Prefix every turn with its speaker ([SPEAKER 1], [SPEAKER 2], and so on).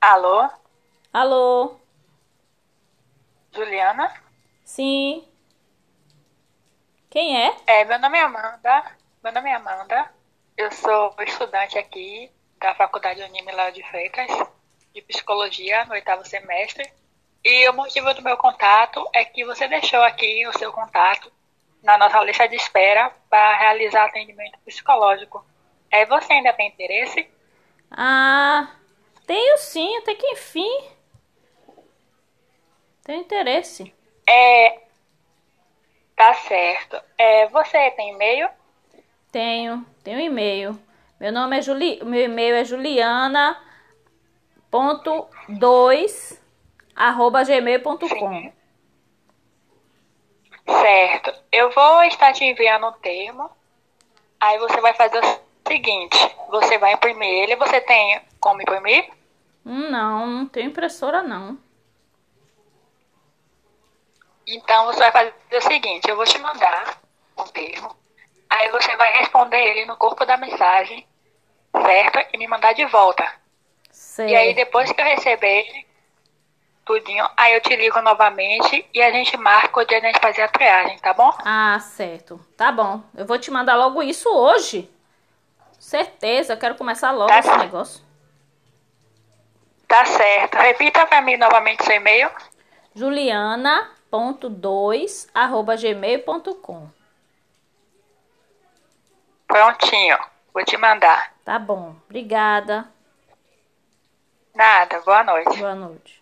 [SPEAKER 1] Alô?
[SPEAKER 2] Alô?
[SPEAKER 1] Juliana?
[SPEAKER 2] Sim. Quem é?
[SPEAKER 1] É, meu nome é Amanda. Meu nome é Amanda. Eu sou estudante aqui da Faculdade Unime Léo de Freitas, de Psicologia, no oitavo semestre. E o motivo do meu contato é que você deixou aqui o seu contato na nossa lista de espera para realizar atendimento psicológico. É, você ainda tem interesse?
[SPEAKER 2] Ah, tenho sim, até que enfim. Tenho interesse.
[SPEAKER 1] É. Tá certo. É, você tem e-mail?
[SPEAKER 2] Tenho, tenho e-mail. Meu nome é Juli, meu e-mail é juliana.2 arroba gmail.com.
[SPEAKER 1] Sim. Certo. Eu vou estar te enviando um termo. Aí você vai fazer o seguinte: você vai imprimir ele. Você tem como imprimir?
[SPEAKER 2] Hum, Não, não tenho impressora não.
[SPEAKER 1] Então você vai fazer o seguinte: eu vou te mandar um termo. Aí você vai responder ele no corpo da mensagem, certo? E me mandar de volta.
[SPEAKER 2] Sei.
[SPEAKER 1] E aí depois que eu receber tudinho, aí eu te ligo novamente e a gente marca o dia de a gente fazer a triagem, tá bom?
[SPEAKER 2] Ah, certo. Tá bom. Eu vou te mandar logo isso hoje. Certeza, eu quero começar logo
[SPEAKER 1] Tá
[SPEAKER 2] esse
[SPEAKER 1] bom.
[SPEAKER 2] negócio.
[SPEAKER 1] Tá certo. Repita pra mim novamente seu e-mail.
[SPEAKER 2] juliana.2 arroba gmail.com.
[SPEAKER 1] Prontinho. Vou te mandar.
[SPEAKER 2] Tá bom. Obrigada.
[SPEAKER 1] Nada. Boa noite.
[SPEAKER 2] Boa noite.